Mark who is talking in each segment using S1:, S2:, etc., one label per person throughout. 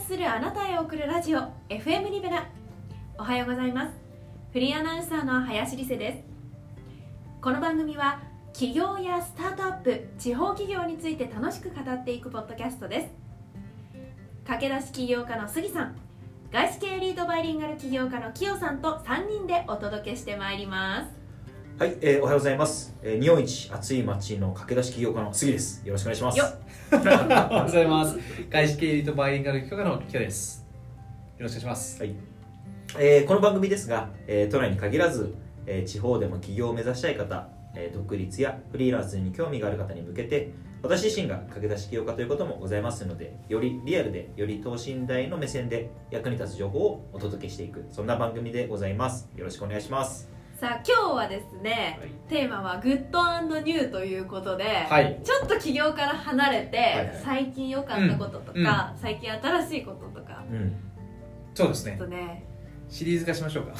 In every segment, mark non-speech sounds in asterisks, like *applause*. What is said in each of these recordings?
S1: するあなたへ送るラジオ FM リベラおはようございますフリーアナウンサーの林理瀬ですこの番組は企業やスタートアップ地方企業について楽しく語っていくポッドキャストです駆け出し起業家の杉さん外資系エリートバイリンガル起業家のキヨさんと3人でお届けしてまいります
S2: はい、えー、おはようございます、えー、日本一暑い町の駆け出し起業家の杉ですよろしくお願いします
S1: よ
S3: おはようございます。外資系エリートバイリンガル企画のキョです。よろしくお願いします。
S2: はいえーこの番組ですが、えー都内に限らず、えー地方でも起業を目指したい方、えー独立やフリーランスに興味がある方に向けて私自身が駆け出し起業家ということもございますのでよりリアルでより等身大の目線で役に立つ情報をお届けしていくそんな番組でございますよろしくお願いします
S1: さあ今日はですねテーマはグッドニューということで、
S3: はい。
S1: ちょっと起業から離れて、
S2: いはい
S1: 最近良かったことと
S3: うんう
S1: か、最近新しいこととか
S2: うん
S3: そうです
S1: あ
S3: ね
S1: と。ね
S3: シリーズ化しましょうか。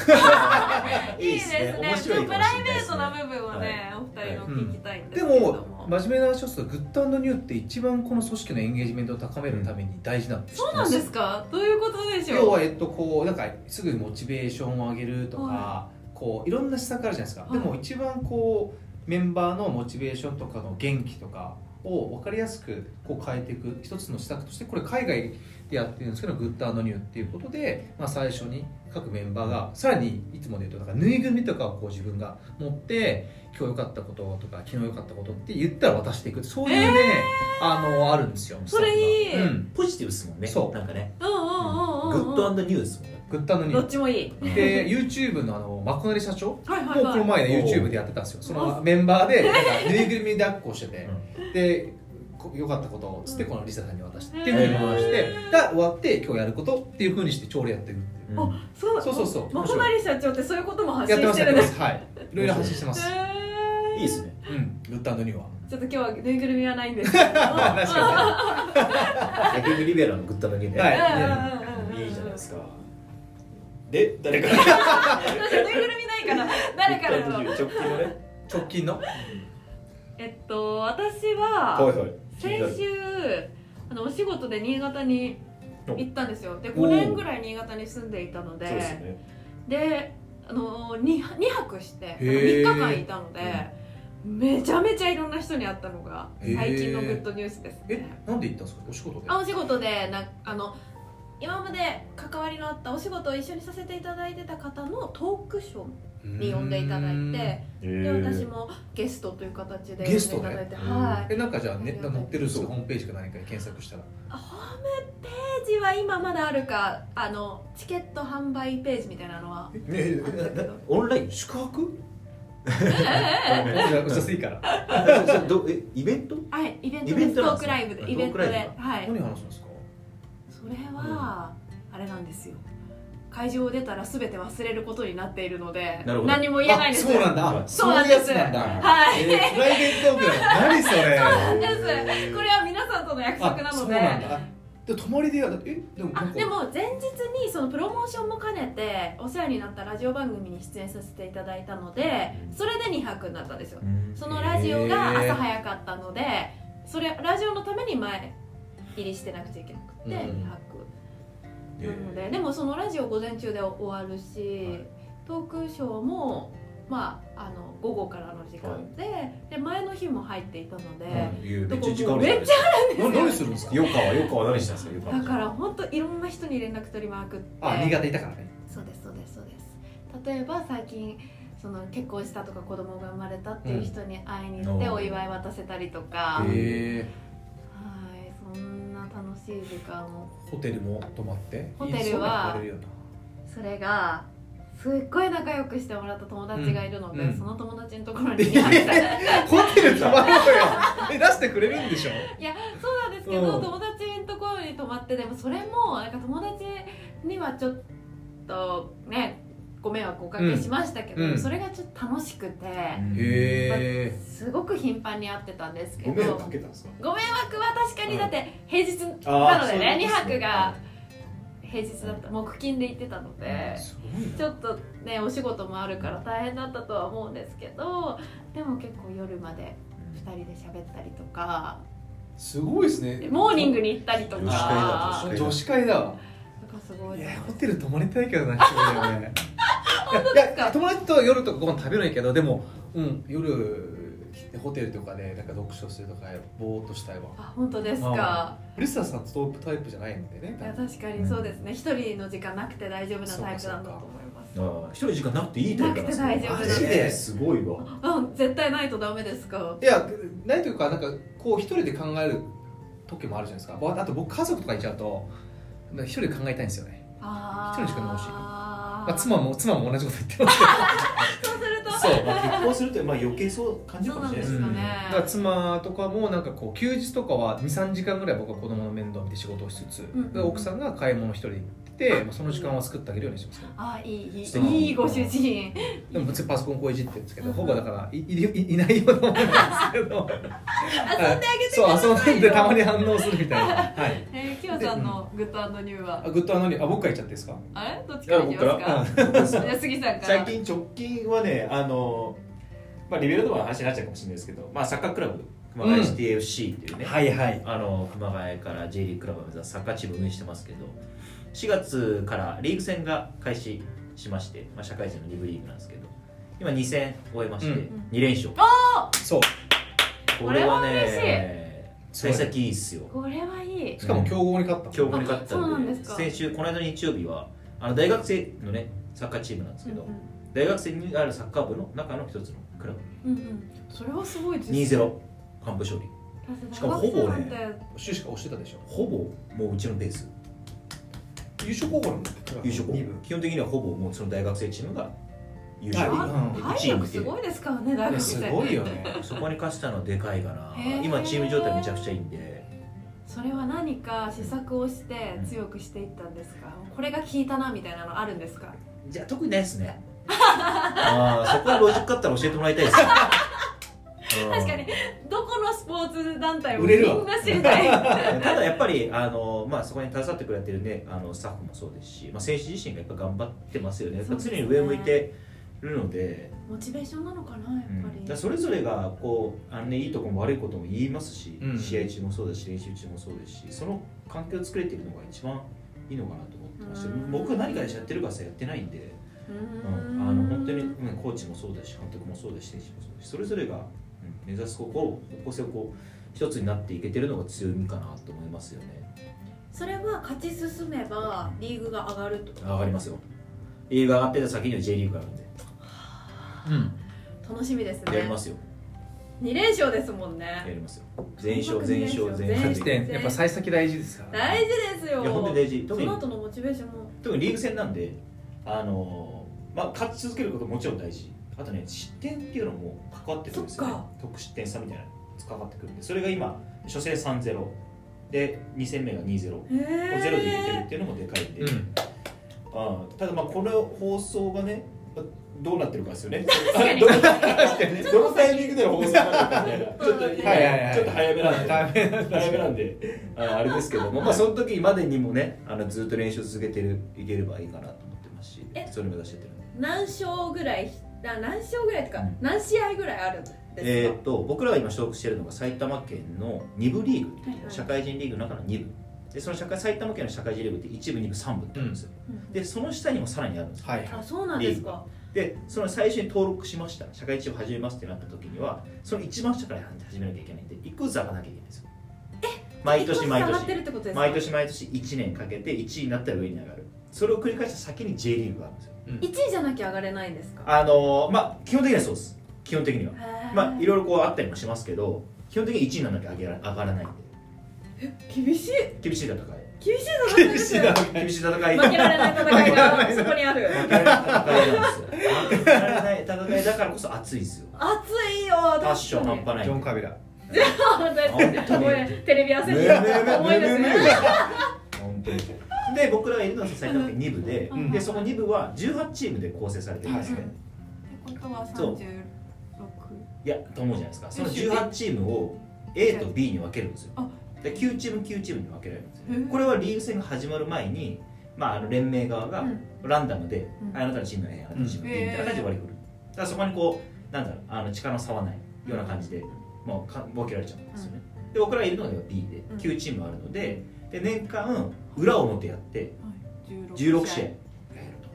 S1: いいですね
S2: 面
S1: ちょ
S2: 白
S1: っと
S2: い
S1: プ
S2: か
S1: ラ
S2: もしれない
S1: イ
S2: で
S1: ベー
S2: す
S1: ト
S2: ね
S1: な部分をね、お二人の聞きたいんで
S3: です
S1: けれど
S3: も
S1: も、、
S3: 真面目な話をすると、グッドニューって一番この組織のエンゲージメントを高めるために大事なの。
S1: そうなんですかどういうことでし
S3: 要
S1: ょう
S3: は、えっと、こう、なんか、すぐモチベーションを上げると
S1: は
S3: か、こう、いろんな施策あるじゃないですか。
S1: い
S3: でも、一番こう、メンバーのモチベーションとかの元気とかを分かりやすくこう変えていく一つの施策としてこれ海外でやってるんですけどグッドニューっていうことで、まあ、最初に各メンバーがさらにいつもで言うとなんかぬいぐるみとかをこう自分が持って今日良かったこととか昨日良かったことって言ったら渡していくそういうね、あのあるんですよ
S1: それいい
S3: うん、
S2: ポジティブですもんね
S3: そう
S2: なんかね
S1: うんうん
S2: グ
S1: うんうんうん
S2: ッドニューですもんね
S3: グッドニ
S1: ど
S3: ュ
S1: っちもいい
S3: ーで YouTube のあのマコナリ社長
S1: はいは
S3: も
S1: いう
S3: この
S1: はい
S3: 前ね YouTube でやってたんですよそのメンバーで
S1: *laughs*
S3: なんかぬいぐるみで抱っこしててでこ良かったことをつってこのリサさんに渡してっていうふうに回してが終わって今日やることっていうふうにして朝礼やってるっていう
S2: うん
S1: あそう
S3: そうそうそう
S1: まこなり社長ってそういうことも発
S3: やっ
S1: 信
S3: てま
S1: し
S3: す
S1: て
S3: やっ
S1: るんで *laughs*
S3: てますすはいいろいろ発信してます
S1: へー
S2: いいですね
S3: うんグッドニューは
S1: ちょっと今日はぬいぐるみはないんですけど
S2: *laughs*
S1: 確
S3: 確か
S2: 野球部リベラのグッドのゲーム
S3: はい
S1: うんうんうんうん
S2: いいじゃないですかで誰から
S1: 私ぬいぐるみないから誰からだろう
S2: 直近のね
S3: 直近の
S1: えっと私
S2: はい
S1: は
S2: はい気に
S1: 先
S2: なる
S1: 週あのお仕事で新潟に行ったんですよで
S2: お
S1: 5年ぐらい新潟に住んでいたので
S2: そうですよね
S1: であの 2, 泊して3日
S3: へー
S1: 間いたので、めちゃめちゃいろんな人に会ったのが
S3: へー
S1: 最近のグッドニュースです
S3: え
S1: ね
S3: なんで行ったんですかお仕事で
S1: あお仕事でなあの今まで関わりのあったお仕事を一緒にさせていただいてた方のトークショーに呼んでいただいてで私もゲストという形で
S3: ゲスト
S1: 呼ん
S3: で
S1: でいただいて、はい
S3: えなんかじゃあネット載ってるんですかホームページか何かで検索したら
S1: あホームページは今まだあるかあのチケット販売ページみたいなのは
S2: え
S1: あったけど
S2: オンライン
S3: 宿泊
S2: え
S3: *laughs* うざすぎから
S2: *laughs* どえイベント
S1: はい、イベント
S2: イベ
S1: で
S2: ン
S1: すト
S2: トなん
S1: ー
S2: ですね
S1: クライブ
S2: あ
S1: でイベント
S2: トークライ
S1: で、はい、
S3: 何話すんですか
S1: それは、あれなんですよ会場を出たら全て忘れることになっているので
S2: なるほど
S1: 何も言えないん
S3: あ
S1: です
S3: そうなんだあ
S1: そうなんです
S3: そういうやつなんだ
S1: はい
S3: えープライベートトークだ何それ
S1: そうなんですこれは皆さんとの約束な
S3: そ
S1: の
S3: う
S1: で
S3: なんだで泊まりでやだえでもな
S1: あ
S3: んか
S1: でも前日にそのプロモーションも兼ねてお世話になったラジオ番組に出演させていただいたのでそれで2泊になったんですよそのラジオが朝早かったのでそれラジオのために前入りしてなくちゃいけなくて
S3: うん
S1: 2泊なので、でもそのラジオ午前中で終わるし、
S2: はい
S1: トークショーも、まあ、あの午後からの時間で,、で前の日も入っていたので、 *laughs*
S2: め
S1: ど
S2: っち
S1: こ
S2: ゃ時間
S1: も
S2: あ
S1: う
S2: るじゃ
S1: め
S2: な
S1: っ
S2: い
S1: ちゃ
S2: です
S1: あるんですよ
S3: な何するんです
S2: か
S3: か
S2: ヨカはヨカは何したんですかヨカ
S1: だから本当いろんな人に連絡取りまくって
S3: あ新潟いたからね
S1: そうですそうですそうです例えば最近その結婚したとか子供が生まれたっていう人に会いに行って
S2: うん
S1: お祝い渡せたりとか、はい
S2: へ
S3: え
S1: そんな楽しい時間を
S3: ホテルも泊まって
S1: ホテルはい
S3: いそうだ泊まれるような
S1: それがすっごい仲良くしてもらった友達がいるので、
S3: うんうん
S1: その友達のところに行きました
S3: ホテル泊まろうよ *laughs* え出してくれるんでしょ
S1: いやそうなんですけど、
S3: うん
S1: 友達のところに泊まってでもそれもなんか友達にはちょっとねご迷惑をおかけしましたけど、
S3: うんうん
S1: それがちょっと楽しくて、
S3: へ
S1: すごく頻繁に会ってたんですけど
S2: ご迷惑かけたんですか
S1: ご迷惑は確かに
S2: うん
S1: だって平日なのでね2泊が平日だった木金で行ってたので。
S3: すごい
S1: ちょっとねお仕事もあるから大変だったとは思うんですけどでも結構夜まで2人で喋ったりとか
S3: すごいですね
S1: モーニングに行ったりとか
S2: 女子会だ女子会
S3: 女子会だわ
S1: なんかすごい
S3: い
S1: です
S3: やホテル泊まりたいけどな一人だよね
S1: 本当ですか *laughs*
S3: いや友達と夜とかご飯食べないけどでも、うん、夜ホテルとかでなんか読書するとかぼーっとしたいわ
S1: あ本当ですか
S3: あリスタさんとトープタイプじゃないんでね
S1: いや確かにそうですね一人の時間なくて大丈夫なタイプなんだと思います
S2: ああ一人時間なくていいタイプなんです
S1: な
S2: ね
S1: くて大
S3: 丈夫ですマジです
S2: すごいわ
S1: あ絶対ないとダメですか
S3: いやないというかなんかこう一人で考える時もあるじゃないですかぼあと僕家族とかいちゃうとなんか一人で考えたいんですよね、
S1: あ
S3: 一人しかいないし
S1: あ
S3: まあ、妻も妻も同じこと言ってますけど
S1: そうすると
S3: そう
S2: まあ結婚するとまあ余計そう感じる
S1: そ
S2: か
S1: う
S2: も
S1: な
S2: し
S1: んです
S2: れないです
S1: か
S2: ね
S1: ね、
S3: だから妻とかもなんかこう休日とかは23時間ぐらい僕は子供の面倒を見て仕事をしつつ、
S1: ん
S3: で奥さんが買い物一人で行って、まあ、その時間は作ってあげるようにしてますね
S1: あいいい
S2: 素敵
S1: いいいご主
S3: *laughs*
S1: 人
S3: でも別にパソコンこういじってるんですけど、
S1: うん
S3: ほぼだからいいいいないようなものなんです
S1: *laughs*
S3: けど
S1: 遊んであげてください
S3: そ
S1: よ
S3: う遊んでたまに反応するみたいな、はい、
S1: えー、キヨさんのグッドニューは
S3: あグッドアノニあ僕が行っちゃっていいですか
S1: あれどっちからいきます
S3: い
S1: か
S3: や
S2: そうです
S1: じゃあ杉さんから
S2: 最近直近はねあのまあリベロとかの話になっちゃうかもしれないですけどまあサッカークラブ熊谷 CTFC っていうね、
S3: はいはい
S2: あの熊谷から J リーグクラブを目指すサッカーチームを運営してますけど4月からリーグ戦が開始しまして、まあ、社会人の2部リーグなんですけど今2戦終えまして
S3: うん
S2: 2連勝、
S3: *laughs* そう
S2: これは
S1: これは嬉しい
S2: ね
S3: そう
S2: 幸先いいっすよ
S1: これはいい
S3: しかも強豪に勝った、
S2: 強豪に勝った
S1: あそうなん
S2: んで
S1: ですか
S2: 先週この間の日曜日はあの大学生のねサッカーチームなんですけど、
S1: う
S2: 大学生にあるサッカー部の中の一つのクラブ
S1: んうん、うんうん、それはすごいです
S2: 2-0完封勝利しかもほぼね
S3: 終始か押してたでしょ
S2: ほぼもううちのペース
S3: 優勝候補なんだ
S2: 優勝候補
S3: 二部
S2: 基本的にはほぼもうその大学生チームが優勝
S3: あうん
S1: 体力すごいですからね大
S3: いや
S1: 学
S3: す
S1: 生
S3: ごいよね
S2: そこに勝てたのはでかいかな
S1: へー
S2: 今チーム状態めちゃくちゃいいんで
S1: それは何か施策をして強くしていったんですかこれが効いたなみたいなのあるんですか
S2: じゃあ特にないですね *laughs* あーそこはロジックあったら教えてもらいたいです
S1: *laughs* 確かにどこのスポーツ団体も
S3: 売れ
S1: み
S3: るわ
S1: んな知りたい
S2: *laughs* うんただやっぱりあの、まあ、そこに携わってくれてる、ね、あのスタッフもそうですし、まあ、選手自身がやっぱ頑張ってますよねやっぱ常に上向いてるので
S1: モチベーションなのかなやっ
S2: うん
S1: ぱり、
S2: だからそれぞれがこうあの、ね、いいとこも悪いことも言いますし、
S3: うん
S2: 試合中もそうだし練習中もそうですしその環境を作れてるのが一番いいのかなと思ってまして
S1: うん
S2: 僕は何かでやってるからさやってないんで、
S1: う
S2: う
S1: ー
S2: ん、あの本当に、うん、コーチもそうだし監督もそうだし選手もそうだしそれぞれが、うん目指す方向を方向性をこう一つになっていけてるのが強みかなと思いますよね。
S1: それは勝ち進めばリーグが上がると
S2: 上がりますよリーグ上がってた先には J リーグがあるんで
S3: うん
S1: 楽しみです
S2: やりま
S1: ね
S2: すよ
S1: 二連勝ですもんね
S2: やりますよ全勝全勝全
S1: 全
S2: 勝
S1: 勝
S3: でやっぱ幸先大事ですから
S1: 大事ですよ
S2: いや本当に大事
S1: そ
S2: 特に
S1: の後のモチベーションも
S2: 特にリーグ戦なんであのーまあ勝ち続けることももちろん大事あとね失点っていうのも関わってくるんですよね
S1: そっか
S2: 得失点差みたいなのが関わってくるんでそれが今初戦3-0で2戦目が2-0こ
S1: へ
S2: う
S1: え
S2: ゼロで入れてるっていうのもでかいんで、
S3: うん
S2: ああただまあこの放送がねまあどうなってるかですよね
S1: かに
S2: どのどのタイミングでの放送かみた
S1: *laughs*
S2: いなちょっと
S1: はい
S3: はいはい
S2: ちょっと早めなんで
S3: 早めなんで
S2: 早めなんであのあれですけどもまあその時までにもねあのずっと練習続けてるいければいいかなと思ってますし
S1: え
S2: それ目指してってるんで
S1: 何勝ぐらいな何勝ぐらいとか、
S2: うん
S1: 何試合ぐらいあるんですか、
S2: えーっと僕らが今所属してるのが埼玉県の2部リーグっていう
S1: はいはい
S2: 社会人リーグの中の2部でその社会埼玉県の社会人リーグって1部2部3部ってあるんですよ、
S1: うん
S2: でその下にもさらにあるんですよ
S3: はい
S1: あそうなんですか
S2: でその最初に登録しました社会人を始めますってなった時にはその一番下から始めなきゃいけないんで1個ずつ上がらなきゃいけないんですよ毎年毎
S1: 一個ずつ上がって
S2: 年
S1: るってことですか
S2: 毎年毎年1年かけて1位になったら上に上がるそれを繰り返した先に J リーグがあるんですよ
S1: 1位じゃなきゃ上がれないんですか
S2: あのーまあ基本的にはそうです基本的には
S1: へー
S2: まあいろいろこうあったりもしますけど基本的に1位にならなきゃ上げら上がらないんで
S1: 厳しい
S2: 厳しい戦い
S1: 厳しい戦いですよ
S2: 厳しい戦い
S1: 負けられない戦い
S3: 負けられな
S1: が
S3: い
S1: そこにあ
S2: *laughs*
S1: る
S2: 負けられない戦いなんですよ負けられない戦いだからこそ熱いですよ
S1: 熱いよ
S2: ファッション半端ない
S3: ジョ
S2: ん
S3: ン・
S2: で
S3: カビラ
S1: 本当です
S2: 本当に
S1: これテレビ朝日
S2: め
S1: の思いですね
S2: 本当にで僕らがいるのは埼玉県2部で,、
S1: うん
S2: でそこ2部は18チームで構成されてるんですね、
S1: はいってことは
S2: そう
S1: 36
S2: い、やと思うじゃないですかその18チームを A と B に分けるんですよ
S1: あ
S2: で9チーム9チームに分けられるんです
S1: へ
S2: よ
S1: ー
S2: これはリーグ戦が始まる前に、まあ、あの連盟側が
S1: うん
S2: ランダムで、
S1: うん
S2: あなたのチームの A あなたのチームの B
S1: うん
S2: みたいな感じで割り振るだからそこにこうなんだろうあの力の差はないような感じで、もうか分けられちゃうんですよね、で僕らいるのが B で
S1: うん
S2: 9チームあるので,、で年間裏表やって16
S1: 16
S2: 試合
S1: 試合
S2: やると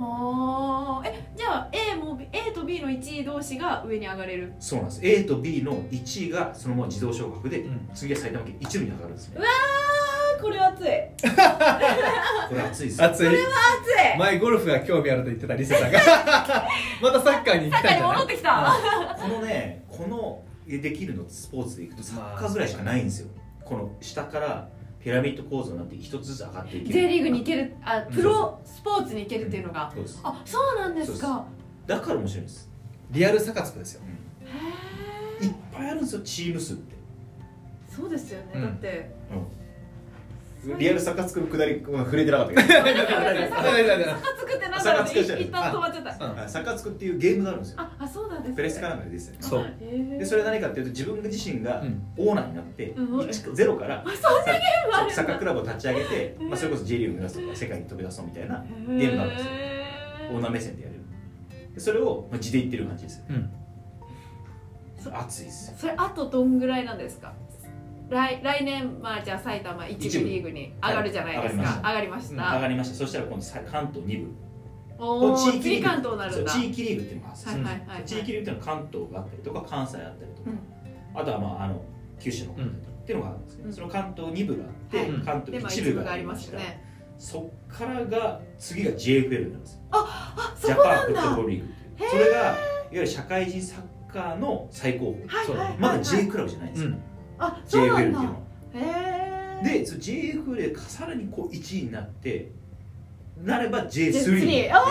S1: はあえじゃあ A も A と B の1位同士が上に上がれる
S2: そうなんです A と B の1位がそのまま自動昇格で、
S3: うん
S2: 次は埼玉県一部に上がるんですね
S1: うわあこれ熱い
S2: これ熱いですよ
S3: 熱い
S1: 熱い
S3: 前ゴルフが興味あると言ってたリセさんがまたサッカーに行きたい
S1: サッカー
S3: んじゃない
S1: に戻ってきた
S2: このねこのできるのスポーツでいくとサッカーぐらいしかないんですよこの下からピラミッド構造になって一つずつ上がっていけ
S1: J
S2: る
S1: リーグに行けるあプロスポーツに行けるっていうのが
S2: そうです
S1: あそうなんですか
S2: だから面白いんです
S3: リアルサカツクですよ
S1: へ
S2: い
S1: え
S2: っぱいあるんですよチーム数って
S1: そうですよね、
S3: うん
S1: だって
S2: リアルサカツクの下り、まあ、触れてなかったけど
S1: サカツクってなんだろうって
S2: サカツクじゃない
S1: 一旦止まっちゃった
S3: うん
S2: あサカツクっていうゲームがあるんですよ
S1: ああそうなんですね
S2: プレスかなんかでですよね
S3: そう
S1: へー
S2: でそれは何かっていうと自分自身が
S3: うん
S2: オーナーになって、
S1: うん
S2: 一かゼロか
S1: あ
S2: ら
S1: そんなゲームあるんだ
S2: サッカークラブを立ち上げて、
S1: うん
S2: まあ、それこそ J リーグを目指すとか世界に飛び出そうみたいな
S1: へ
S2: ゲームがあるんですよオーナ
S1: ー
S2: ー目線でやれるでそれをまあ地で言ってる感じですよ
S3: うん
S2: 熱いっすよ
S1: それあとどんぐらいなんですか来来年まあじゃあ埼玉
S2: 一
S1: 1
S2: 部
S1: 部リーグに上がるじゃないですか、上がりまし
S3: あ
S1: た、
S2: 上がりましたそしたら今度さ関東2部
S1: おお
S2: この地域
S1: 次関東になるんだ
S2: そう地域リーグっていうのが発生するんです
S1: はい
S2: よ
S1: はいはいはい
S2: 地域リーグっていうのは関東があったりとか関西あったりとか、
S1: うん
S2: あとはまああの九州の方だったりとかっていうのがあるんですね、
S1: うん
S2: その関東2部があって、
S1: はい
S2: 関
S1: でまあ
S2: 東
S1: 一
S2: 1
S1: 部
S2: 部
S1: が
S2: が
S1: あ
S2: あ
S1: り
S2: り
S1: ま
S2: まし
S1: す
S2: た、
S1: よね
S2: そっからが次が JFL なんですよ
S1: あそ
S2: ジャ
S1: こ
S2: パ
S1: な
S2: ン
S1: ん
S2: フットボー
S1: だ
S2: ルリーグっていうそれがいわゆる社会人サッカーの最高峰
S1: はいはいはい、はい、
S2: まだ J クラブじゃないんですよ、
S1: あそう
S2: JFL っ
S1: な
S2: ていうんの
S1: だ
S2: は
S1: へえ
S2: でその JFL がさらにこう1位になってなれば J3
S1: J3 あ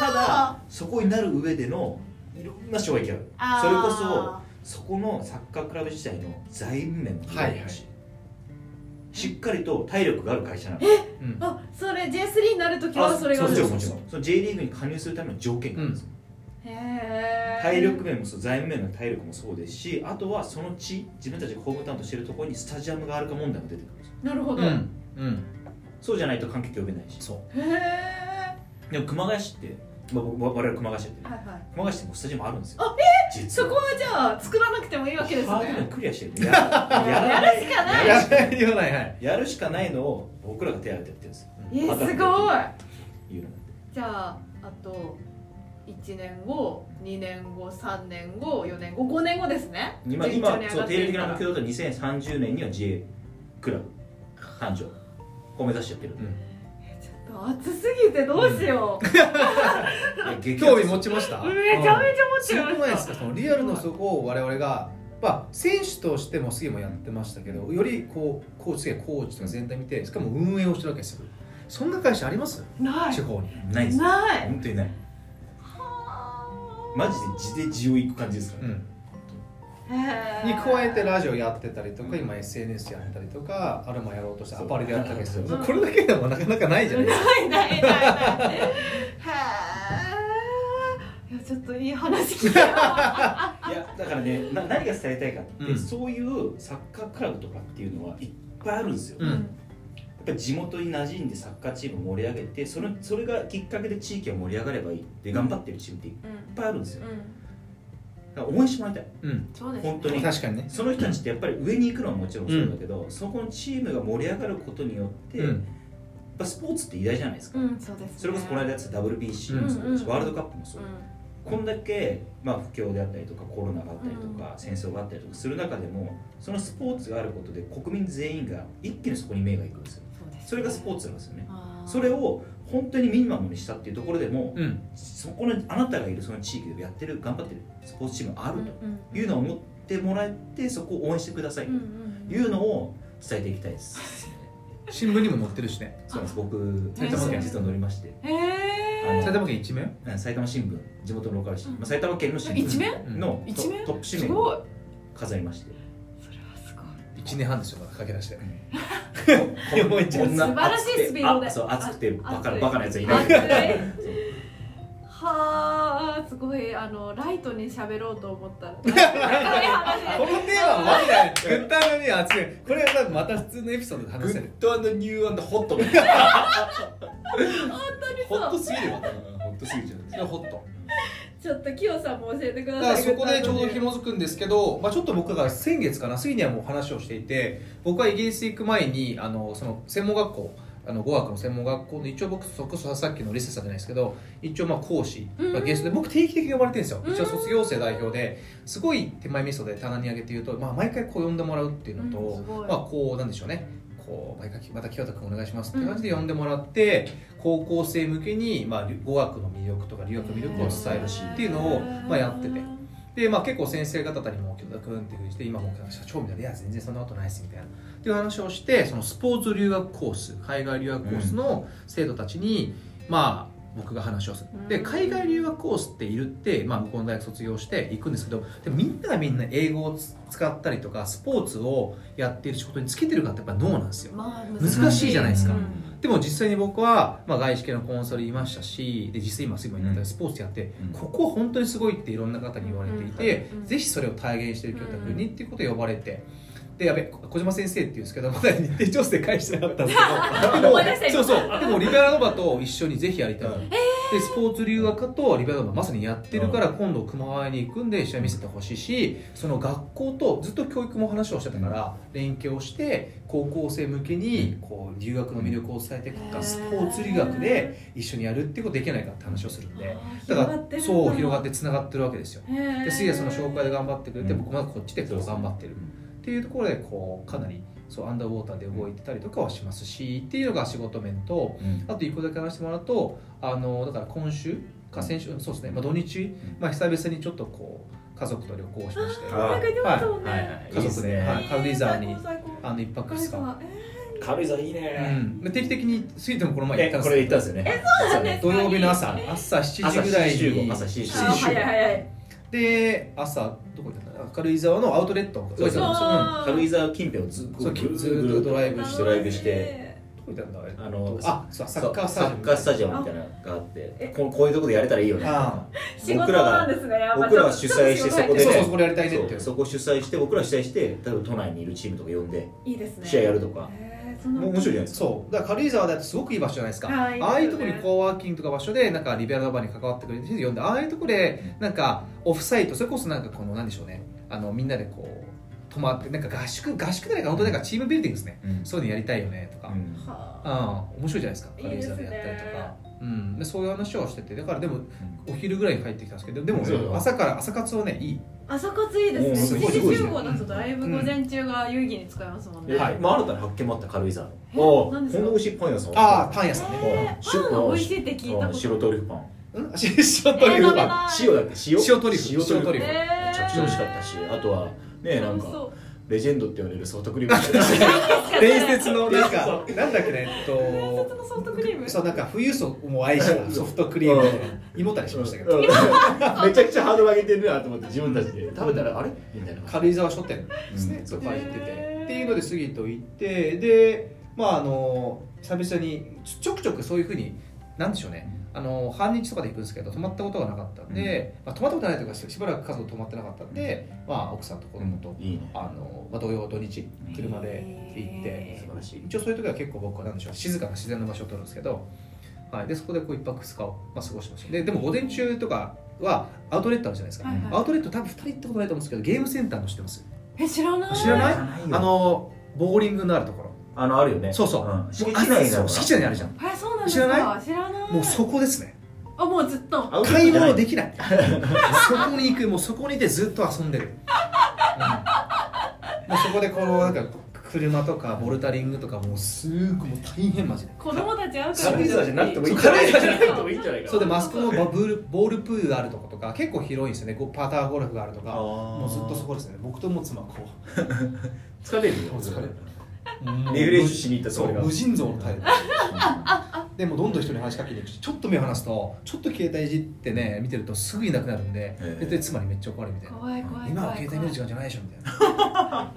S1: ー
S2: ただそこになる上でのいろんな障害が
S1: あ
S2: ある
S1: ー
S2: それこそそこのサッカークラブ自体の財務面も考えてほしいしっかりと体力がある会社なの
S3: うん
S1: あそれ J3 になるときはそれが
S2: もちろん
S1: へ
S2: もちろんその J リーグに加入するための条件があるんですよ、
S1: え
S2: 体力面もそう財務面の体力もそうですしあとはその地自分たちがホームタウンとしてるところにスタジアムがあるか問題も出てくるんですよ
S1: なるほど、
S3: う
S1: へ
S3: んうん
S2: そうじゃないと観客呼べないし
S3: そう
S1: え
S2: でも熊谷市って、まあ、僕我々熊谷市って
S1: はいはい
S2: 熊谷市ってもうスタジアムあるんですよ
S1: あ
S2: え
S1: そこはじゃあ作らなくてもいいわけです
S2: ハードル
S1: ね
S2: クリアして
S1: *laughs*
S2: るややらない
S1: やるしかない
S2: や
S3: や
S2: るしか
S3: ばいよないはい
S2: やるしかないのを僕らが手当てやってるんですよ
S1: え
S2: ま
S1: す
S2: た
S1: ごい
S2: いうの
S1: じゃああと1年後2年後3年後4年後5年後ですね
S2: 今
S1: 順調
S2: 今
S1: に上
S2: そ
S1: が
S2: う
S1: って
S2: 定
S1: いく
S2: 例
S1: か
S2: 的な
S1: ら
S2: 目標だと2030年には J クラブ誕生を目指してやっ
S1: *laughs*
S2: てるんで
S1: ちょっと暑すぎてどうしよう、
S2: いや激アツ
S3: 興味持ちました
S1: めちゃめちゃ
S3: す
S1: 持
S3: ご
S1: って
S3: く
S1: ま
S3: ない
S1: した
S3: ですかそのリアルのそこを我々が、まあ、選手としても杉もやってましたけどよりこうコーチやコーチとか全体見てしかも運営をしてるわけですよそんな会社あります
S1: な
S3: 地方に
S2: ないで
S1: い
S2: す
S1: ない
S2: 本当にないマジで地で地を行く感じですから、
S3: うん
S1: へー
S3: に加えてラジオやってたりと
S2: う
S3: か
S2: ん
S3: 今 SNS やったりとかアルマやろうとしてア
S2: そう
S3: パレルやったわけですよ
S2: うん
S3: もうこれだけでもなかなかないじゃないですか
S1: ないないないないへえいやちょっといい話聞いたわ
S2: いやだからねな何が伝えたいかって、
S3: うん
S2: そういうサッカークラブとかっていうのはいっぱいあるんですよ、
S3: うん
S2: やっぱり地元に馴染んでサッカーチームを盛り上げてそれそれがきっかけで地域が盛り上がればいいで頑張ってるチームっていっ
S1: うん
S2: ぱいあるんですよ
S1: うん
S2: だから応援してもらいたい
S3: うん
S1: そうですね
S2: 本当に
S3: 確かにね
S2: その人たちってやっぱり上に行くのはもちろんそうだけど、そこのチームが盛り上がることによって、
S3: う
S2: やっ
S3: ん
S2: ぱスポーツって偉大じゃないですか、
S1: うんそうですね
S2: それこそこの間やってた WBC もそうだし、
S1: うん
S2: ワールドカップもそううだし
S1: ん
S2: こんだけ、まあ、不況であったりとかコロナがあったりとか、戦争があったりとかする中でもそのスポーツがあることで国民全員が一気にそこに目がいくんですよ
S1: そうですね
S2: それがスポーツなんですよね
S1: あー
S2: それを本当にミニマムにしたっていうところでも
S3: うん
S2: そこのあなたがいるその地域でやってる頑張ってるスポーツチームがあ
S1: う
S2: る
S1: んうん
S2: というのを思ってもらえてそこを応援してください
S1: うんうん
S2: というのを伝えていきたいですね
S3: 新聞にも載ってるしね
S2: そうなんです僕
S1: 埼
S2: 埼
S1: 玉
S2: 玉
S1: 県
S2: 県実は乗りまして
S1: へえ
S3: 埼玉県一面
S2: うん埼玉新聞地元のローカル紙、まあ、埼玉県の新聞
S1: 一面
S2: の
S1: 一面
S2: トップ紙
S1: す
S2: 面
S1: ごい
S2: 飾りまして
S1: それはすごい
S3: 1年半ですよまだ駆け出して *laughs*
S2: いやもう
S1: 素晴らしいスピードで
S2: あそう熱くて
S1: あ
S2: バカ
S1: 熱
S2: ないバカなやつはいない
S1: 熱いはあすごいあのライトに喋ろうと思
S3: *laughs*
S1: ったら明るい話
S3: このテーママジでグッターのに熱いこれはまた普通のエピソードで話せる
S2: ドニューホッ *laughs* ト
S1: 本当に
S2: ホッ
S1: そ
S2: ト
S1: う
S2: すぎるよホットすぎちゃう
S3: それはホット
S4: ちょっとキヨさんも教えてく
S3: だ
S4: だ
S3: か
S4: さ
S3: ら
S4: い
S3: そこでちょうど
S4: も
S3: 紐づくんですけど、まあ、ちょっと僕が先月かなスイにはもう話をしていて僕はイギリス行く前にあのその専門学校あの語学の専門学校の一応僕そこそさっきのリセさんじゃないですけど一応まあ講師、
S4: うん
S3: まあ、ゲストで僕定期的に呼ばれてるんですよ
S4: うん
S3: 一応卒業生代表ですごい手前味噌で棚に上げて言うと、まあ、毎回こう呼んでもらうっていうのと、
S4: うんすごい
S3: まあこうなんでしょうねこう毎回また清田君お願いしますって感じで呼んでもらって、高校生向けに、まあ、語学の魅力とか留学の魅力を伝えるしっていうのを、まあ、やっててで、まあ、結構先生方々にも「清田君」っていうふうにして今もう社長みたいな「いや全然そんなことないです」みたいなっていう話をしてそのスポーツ留学コース海外留学コースの生徒たちに、まあ僕が話をするで
S4: うん
S3: 海外留学コースっているって、まあ、向こうの大学卒業して行くんですけどでもみんながみんな英語をつ使ったりとかスポーツをやっている仕事につけてるかってやっぱ脳なんですよ
S4: まあ
S3: 難しいじゃないですか
S4: うん
S3: でも実際に僕は、まあ、外資系のコンサルいましたしで実際今すぐ言った
S2: うん
S3: スポーツやって、
S2: うん
S3: ここは本当にすごいっていろんな方に言われていて、
S4: うんうん
S3: ぜひそれを体現してる教託にっていうことで呼ばれて。でやべ小島先生っていうんですけどまだ日程調整返してなかったんです
S4: *laughs*
S3: けど
S4: 思い出した今
S3: そうそうでもリベラノバと一緒にぜひやりたい、
S2: うん
S3: でスポーツ留学科とリベラノバまさにやってるから今度熊谷に行くんで一緒に見せてほしいしその学校とずっと教育も話をしてたから連携をして高校生向けにこう留学の魅力を伝えてい
S4: へ
S3: く
S4: ー
S3: かスポーツ留学で一緒にやるってことできないかって話をするんでだ
S4: 広
S3: か
S4: がって
S3: ら
S4: る
S3: そう広がってつながってるわけですよ
S4: へ
S3: で
S4: ー
S3: 杉谷さんの紹介で頑張ってくれて
S2: うん
S3: 僕まだこっちでこう頑張ってるっていうところでこうかなりそうアンダーウォーターで動いてたりとかはしますしっていうのが仕事面と
S2: うん
S3: あと一個だけ話してもらうとあのだから今週か先週そうですね、まあ、土日、まあ、久々にちょっとこう家族と旅行をしまして
S2: あ
S4: なんか言ってましたもんね
S2: はいはい
S3: 家
S2: い
S3: 族で
S2: いですね
S3: はい軽井沢に
S4: 最高
S3: あの一泊
S4: 最
S3: 二
S4: 高
S3: 日、
S2: 軽井沢いい
S3: うん、で定期的にスイートもこの前行っ
S2: え
S3: たん
S2: これで行ったん
S3: で
S2: ですすよね
S4: そうなんです
S3: 土曜日の朝朝7時ぐらい
S2: 朝7時
S3: に
S2: 朝7時
S4: あ
S2: 新
S4: ー
S2: 種
S4: 早い早い
S3: で朝どこ行ったんだ軽井沢のアウトレット
S2: そうです
S3: どこ行ったん
S4: あー
S2: 軽井沢近辺をずっ
S3: そう
S2: ぐる
S3: ずーっとドライブして
S2: ドライブして
S3: どこ行ったんだあれ
S2: あの
S3: あそうサッカースタジアム
S2: サッカースタジアムみたいなのがあってこうこういうとこでやれたらいいよね
S3: あー
S4: 仕事
S2: 僕ら
S4: な
S2: が
S4: んですねやっぱ
S2: 僕らが主催してそこで
S3: そうそう
S2: ね
S3: そこでやりたいねって
S2: そ
S3: いう
S2: うそこ主催して僕ら主催して例えば都内にいるチームとか呼んで
S4: いいですね
S2: 試合やるとか
S4: へーそんな
S2: もう面白いじゃないですか
S3: そうだから軽井沢だってすごくいい場所じゃないですか
S4: あーいいですよね
S3: ああいうところにコーワーキングとか場所でなんかリベラルバーに関わってくれてる人呼んでああいうところでなんかオフサイトそれこそなんかこのなんでしょうねあのみんなでこう泊まってなんか合宿合宿じゃないか本当なんかチームビルディングですね
S2: うん
S3: そういうのやりたいよねとか、うん
S2: うん
S4: はあ
S3: 面白いじゃないですか
S4: いい
S3: 軽
S4: で
S3: 井
S4: すね
S3: 沢でやったりとかうん、でそういう話をしててだからでもお昼ぐらいに帰ってきたんですけどでも
S2: そう
S3: 朝から朝活はねいい
S4: 朝活いいですね
S2: もう
S4: 7
S2: すごい
S4: 時
S2: す
S4: 集
S2: ご
S4: 合
S3: い
S4: だとだいぶ午前中が有意義に使えますもんね、
S2: で
S3: はい
S2: まあ、新たな発見もあった軽井沢の
S4: え
S2: お
S4: 何
S2: ー
S4: です
S2: こ
S4: か
S2: んな美味しいパン屋さん
S3: ああパン屋さんね、
S4: え
S2: うん
S4: ー、パンが美味しいって聞いた
S2: うん
S4: こと
S2: 白トリュフパン
S3: うん、塩トリュフパン
S2: 塩だって塩
S3: 塩トリュフ
S2: 塩トリュ
S3: 塩トリュ
S2: フ
S3: フ
S2: めちゃくちゃ美味しかったしあとはねなんか
S4: か
S2: レジェンドって言われるソフトクリームみたいな
S3: 伝説のなんかなんだっけねえ
S4: 伝
S3: っと
S4: 説のソフトクリーム
S3: そうなんか富裕層も愛したソフトクリームみたいな胃もたれしましたけ
S2: う
S3: ど、
S2: んめちゃくちゃハードル上げてるなと思って自分たちで食べたらあれみたいな
S3: 軽井沢書店ですね、
S2: うん
S3: とか行ってて、
S4: へー
S3: っていうので杉と行ってでまああの久々にちょちょくちょくそういうふうになんでしょうねあの半日とかで行くんですけど泊まったことがなかったんで、まあ、泊まったことないというかしばらく家族泊まってなかったんで、まあ、奥さんと子供と、
S2: いいね
S3: あのまあ、土曜土日車で行って
S2: 素晴らしい
S3: 一応そういう時は結構僕はなんでしょう静かな自然の場所を取るんですけど、はい、でそこでこう一泊二日を、まあ、過ごしましたででも午前中とかはアウトレットあるじゃないですか、
S4: はい
S3: ア
S4: は
S3: ウトレット多分2人行ったことないと思うんですけどゲームセンターの知ってます
S4: い、え知らない
S3: 知らない
S2: あ
S3: あ
S2: の
S3: のボーリングのあるところ
S2: あのあるよね
S3: そうそうん
S2: 敷地
S3: あ
S2: 内
S3: そ
S2: な
S3: う
S2: の
S3: 敷地内にあるじゃん
S4: えそうなんです
S3: 知らな
S4: か知らない
S3: もうそこですね
S4: あもうずっと
S2: アウトレ
S3: 買
S2: ット
S3: い
S2: じゃない
S3: 物でき *laughs* ないそこに行くもうそこにいてずっと遊んでる、うんもうそこでこのなんか車とかボルダリングとかもうすーごいもう大変マジで
S4: 子供たち会うから
S2: 軽井沢じゃなくてもいいんじゃな
S3: 軽
S2: い
S3: 井沢じゃな
S2: くてもいいんじゃないか
S3: そうでマスコのバブルボールプールがあるとことか結構広いんですよねこうパターゴルフがあるとかも
S2: も
S3: うずっとそこですね僕とも妻こ
S2: 疲れるよ
S3: もう疲れる
S2: う
S3: うん
S2: リフレッシュしに行った
S3: そう
S2: それが
S3: 無尽蔵のタイプでもうどんどん人に話しかけていくしちょっと目を離すとちょっと携帯いじってね見てるとすぐいなくなるんで
S2: ええ
S3: 絶対妻にめっちゃ怒られるみたいな
S4: 怖い怖い怖い怖い
S3: 今は携帯見る時間じゃないでしょみたいな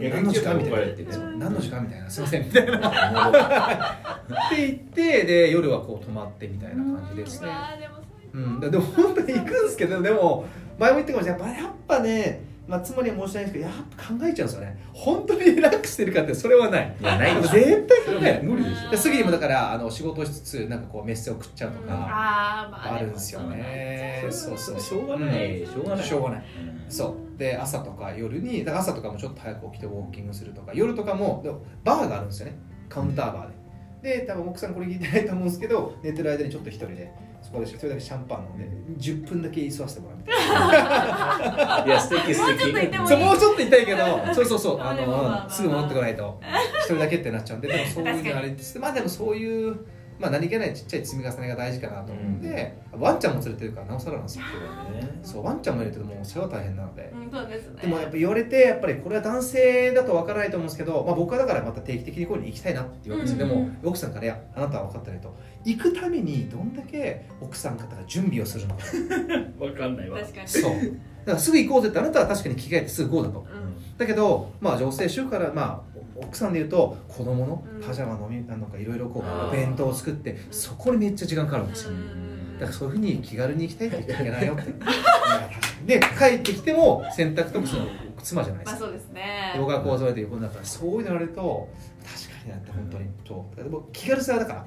S2: いや
S3: 何の時間みたい
S2: 怒ら
S3: な
S2: れてね
S3: そう何の時間みたいなすいませんみたいな *laughs* って言ってで夜はこう泊まってみたいな感じですね
S4: うわーでも最高
S3: うん、でも本当に行くんですけどでも前も言ったかもしれないやっぱねまあ、つまりは申し訳ないんですけどやっぱ考えちゃうんですよね本当にリラックスしてるかってそれはない
S2: いやないでしょ
S3: 絶対考えない
S2: 無理でし
S3: で次にもだからあの仕事をしつつなんかこうメッセを食っちゃうとか
S1: あーまあ
S3: あるんですよねそうそう
S2: しょうがない、しょうがない
S3: しょうがない
S2: うん
S3: そうで朝とか夜にだから朝とかもちょっと早く起きてウォーキングするとか夜とかもでバーがあるんですよねカウンターバーでで多分奥さんこれ聞いてないと思うんですけど寝てる間にちょっと一人でそこで一人だけシャンパン飲んで10分だけ居座らせてもらうみたい
S2: いや素敵素
S1: もうちょっと言って
S2: 敵
S1: も
S3: *laughs* なそうもうちょっと痛いけど *laughs* そうそうそうあ
S1: あでもまあまあま
S3: の
S1: あ
S3: すぐ戻ってこないと一人だけってなっちゃうんででもそういうのあれですまあでもそういう、まあ、何気ないちっちゃい積み重ねが大事かなと思うんで、ワンちゃんも連れてるからなおさらなんですよそうワンちゃんも入れてるともうそれは大変なので、
S1: うんそうですね
S3: でもやっぱ言われてやっぱりこれは男性だとわからないと思うんですけど、まあ、僕はだからまた定期的にこういうのに行きたいなって言われて、
S1: うん
S3: で
S1: うん
S3: も奥さんから「いやあなたは分かってない」と行くためにどんだけ奥さん方が準備をする
S1: *laughs*
S3: のか
S2: わかんないわ
S1: 確かに
S3: そうだからすぐ行こうぜってあなたは確かに着替えてすぐ GO だと
S1: うん
S3: だけど、まあ、女性主婦から、まあ、お奥さんで言うと子供のパジャマのみなんかいろいろこ
S2: あー
S3: うお弁当を作ってそこにめっちゃ時間かかるんですよ
S1: うん
S3: だからそういうふうに気軽に行きたいって言っちゃいけないよって *laughs* いや確かにで帰ってきても洗濯とかするの妻じゃない
S1: ま
S3: で
S1: すあ
S3: か
S1: そうですね
S3: 動画構造でいうことだからそういうのやられると確かになって本当にそうでも気軽さだから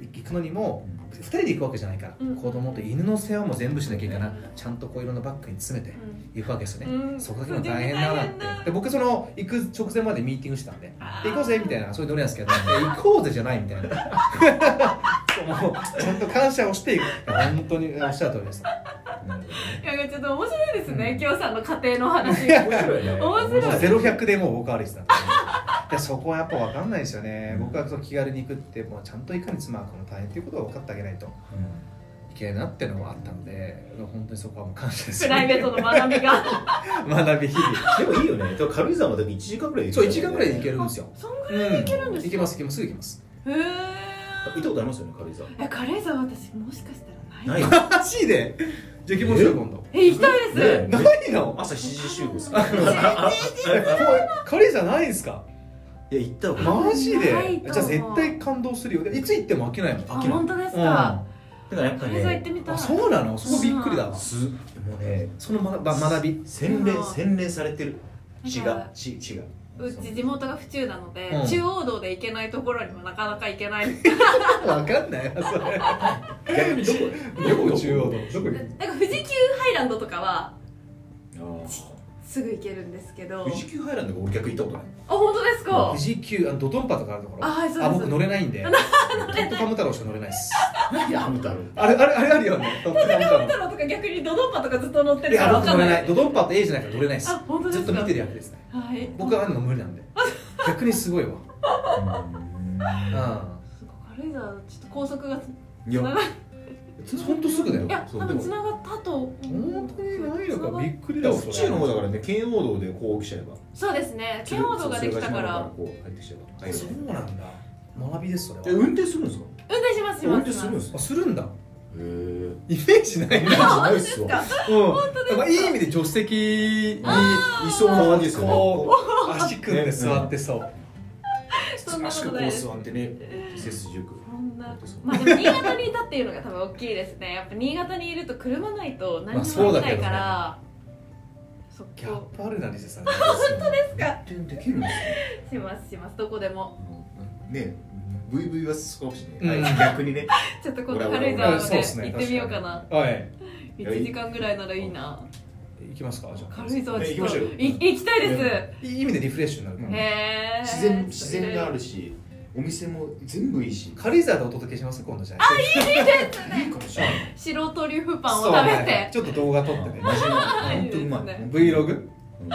S3: 行くのにも2人で行くわけじゃないから、
S1: うん
S3: 子供と犬の世話も全部しなきゃいけない、
S1: うん
S3: ちゃんとこういろんなバッグに詰めて
S1: うん
S3: 行くわけですよね、
S1: うん
S3: そこだけも大変だなって
S1: 大変だ
S3: で僕その行く直前までミーティングしてたんで
S1: あー
S3: で行こうぜみたいなそういうノリなんですけど、
S1: *laughs*
S3: で行こうぜじゃないみたいな *laughs* そうもうちゃんと感謝をしていく本当におっしゃる通りです
S1: いやちょっと面白いですね、
S3: うん
S1: きょうさんの家庭の話
S3: いや
S2: 面白いね
S1: 面白い
S3: ゼロ百でもう僕は歩いてたんででそこはやっぱ分かんないですよね、
S2: うん
S3: 僕はその気軽に行くってもうちゃんといかに妻はこの大変っていうことを分かってあげないといけないなっていうのもあったので本当にそこはもう感謝です
S1: プライベートの学びが
S3: *laughs* 学び日々
S2: でもいいよねでも軽井沢まで1時間ぐらいで行
S3: そう
S2: ける
S3: 1時間ぐらいで行けるんですよ
S1: そんぐ
S3: うん
S1: るん
S3: 行け
S1: ですか
S3: 行けます行けますすぐ行けます
S1: らいへ
S2: 行ったことありますよね軽井沢
S1: え軽井沢私もしかしたらな
S2: ないい
S3: マジでじゃあ行きましょう今度
S1: え行きたいです、
S2: ね
S3: ないの
S2: 朝7時集合する
S3: 彼じゃないですか
S2: いや行ったわ
S3: マジ
S1: ないと思
S3: で
S1: う
S3: じゃあ絶対感動するよでいつ行っても飽きないもん
S1: あ
S3: 飽きない
S1: 本当です
S3: うん
S1: か、
S2: だからやっぱ
S1: 軽井沢行っ
S2: ね
S1: てみたい
S3: あそうなのそこびっくりだわ
S2: すもうね
S3: そのまば学び
S2: 洗練洗練されてる血が血血が
S1: う *laughs* ち地元が府中なので、
S3: うん
S1: 中央道で行けないところにもなかなか行け
S3: *laughs*
S1: ない
S3: わかんないそ *laughs* れ
S2: 逆にどこ
S3: どこ中央道どこ
S1: なんか富士急ハイランドとかは
S2: あ
S1: すぐ行けるんですけど
S2: あ富士急ハイランドが俺逆行ったことない
S1: あ本当ですか
S3: 富士急あのドドンパとかあるところ
S1: あはいそうです
S3: 僕 *laughs* 乗れないんでトップカム太郎しか乗れないです
S2: いやハム太郎
S3: あれあれあれあるよねトップカム *laughs* 太
S1: 太郎とか逆にドドンパとかずっと乗って
S3: 郎い
S1: るか
S3: や
S1: らわ
S3: 僕
S1: か
S3: 乗
S1: んな
S3: れ
S1: い
S3: ないドドンパって A じゃないから乗れないです
S1: あ本当で
S3: ず
S1: す
S3: っ
S1: か
S3: と見てるやけですね
S1: はい
S3: 僕はあるの無理なんで逆にすごいわうん
S1: 軽井沢ちょっと高速が
S2: いや
S1: 長い
S3: ほんとすぐだよ
S1: いや
S2: そう
S1: 多分
S2: でも
S1: 繋がったと思う
S3: 本当にないのかびっく
S2: で
S3: りだ
S2: も
S3: わ
S2: 府中の方だから
S3: ね
S2: ね圏央道でこう起きちゃえば
S1: そうですね圏央道ができたから
S2: こう入ってきちゃえば
S3: そうなんだ学びですそ
S2: え
S3: れは
S2: 運転するんですか
S1: 運転しますし
S2: 運
S1: ま
S2: 転
S1: す
S2: するんです
S3: あ
S2: へ
S3: するんだ
S2: え
S3: イメージないな
S1: あ本当
S2: ないっ
S1: ですす
S2: わ
S1: か
S3: 本当まあいい意味で助手席に
S2: いいそうな感じですよね
S3: こう足組んで座ってそう
S1: そんなことないです
S2: 足こう座ってね背筋よく
S1: そんなまあでも新潟にいたっていうのが多分大きいですねやっぱ新潟にいると車ないと何にもできないから、
S3: ま
S1: 即
S3: ギャッ
S1: 興
S3: プあるなリセさん本当です
S2: 運転できるんです
S1: しますしますどこでも
S2: ねね VV は少しね、
S3: うん
S2: あいつ逆にね
S1: ちょっと今度軽井沢ま
S3: そう
S1: で
S3: ですね
S1: 行ってみようかな
S3: はい
S1: 1時間ぐらいならいいな
S3: 行きますかじゃあ
S1: 軽井沢
S2: ね
S1: ち
S2: 行
S1: ょっ
S2: きま
S1: と
S2: しょうよ
S1: い行きたいです
S2: ね
S3: いい意味でリフレッシュになるかも
S2: うん
S1: へえ
S2: 自然自然があるしお店も全部いいし
S3: 軽井沢でお届けします今度じゃあいい
S2: いいかもしれない
S1: 白トリュフパンを食べて
S3: ちょっと動画撮って
S1: *laughs*
S3: ね
S2: 本当うまい
S1: いいですね
S3: Vlog
S2: うん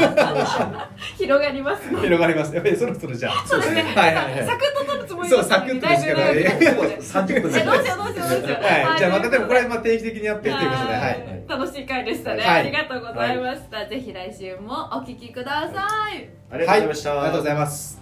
S2: Vlog
S1: 広がりますね
S3: 広がりますやっぱりそろそろじゃあ
S1: そうですね
S3: はいはいはい
S1: サクッと取るつもり
S3: そ
S1: だ
S3: う
S1: っ
S3: サ
S1: た
S3: ク
S1: のに
S3: ッと
S1: だい
S3: です
S1: ぶ
S3: けど
S1: 長くなっちゃって
S2: 30分
S1: えどうしようどうしようどうしよう
S3: はい、じゃあまたでもこれ
S1: は
S3: まあ定期的にやっていくということで、は。
S1: はいい楽しい回でしたね、
S3: はい
S1: ありがとうございました、ぜひ来週もお聞きください
S2: ありがとうございました、
S3: ありがとうございます。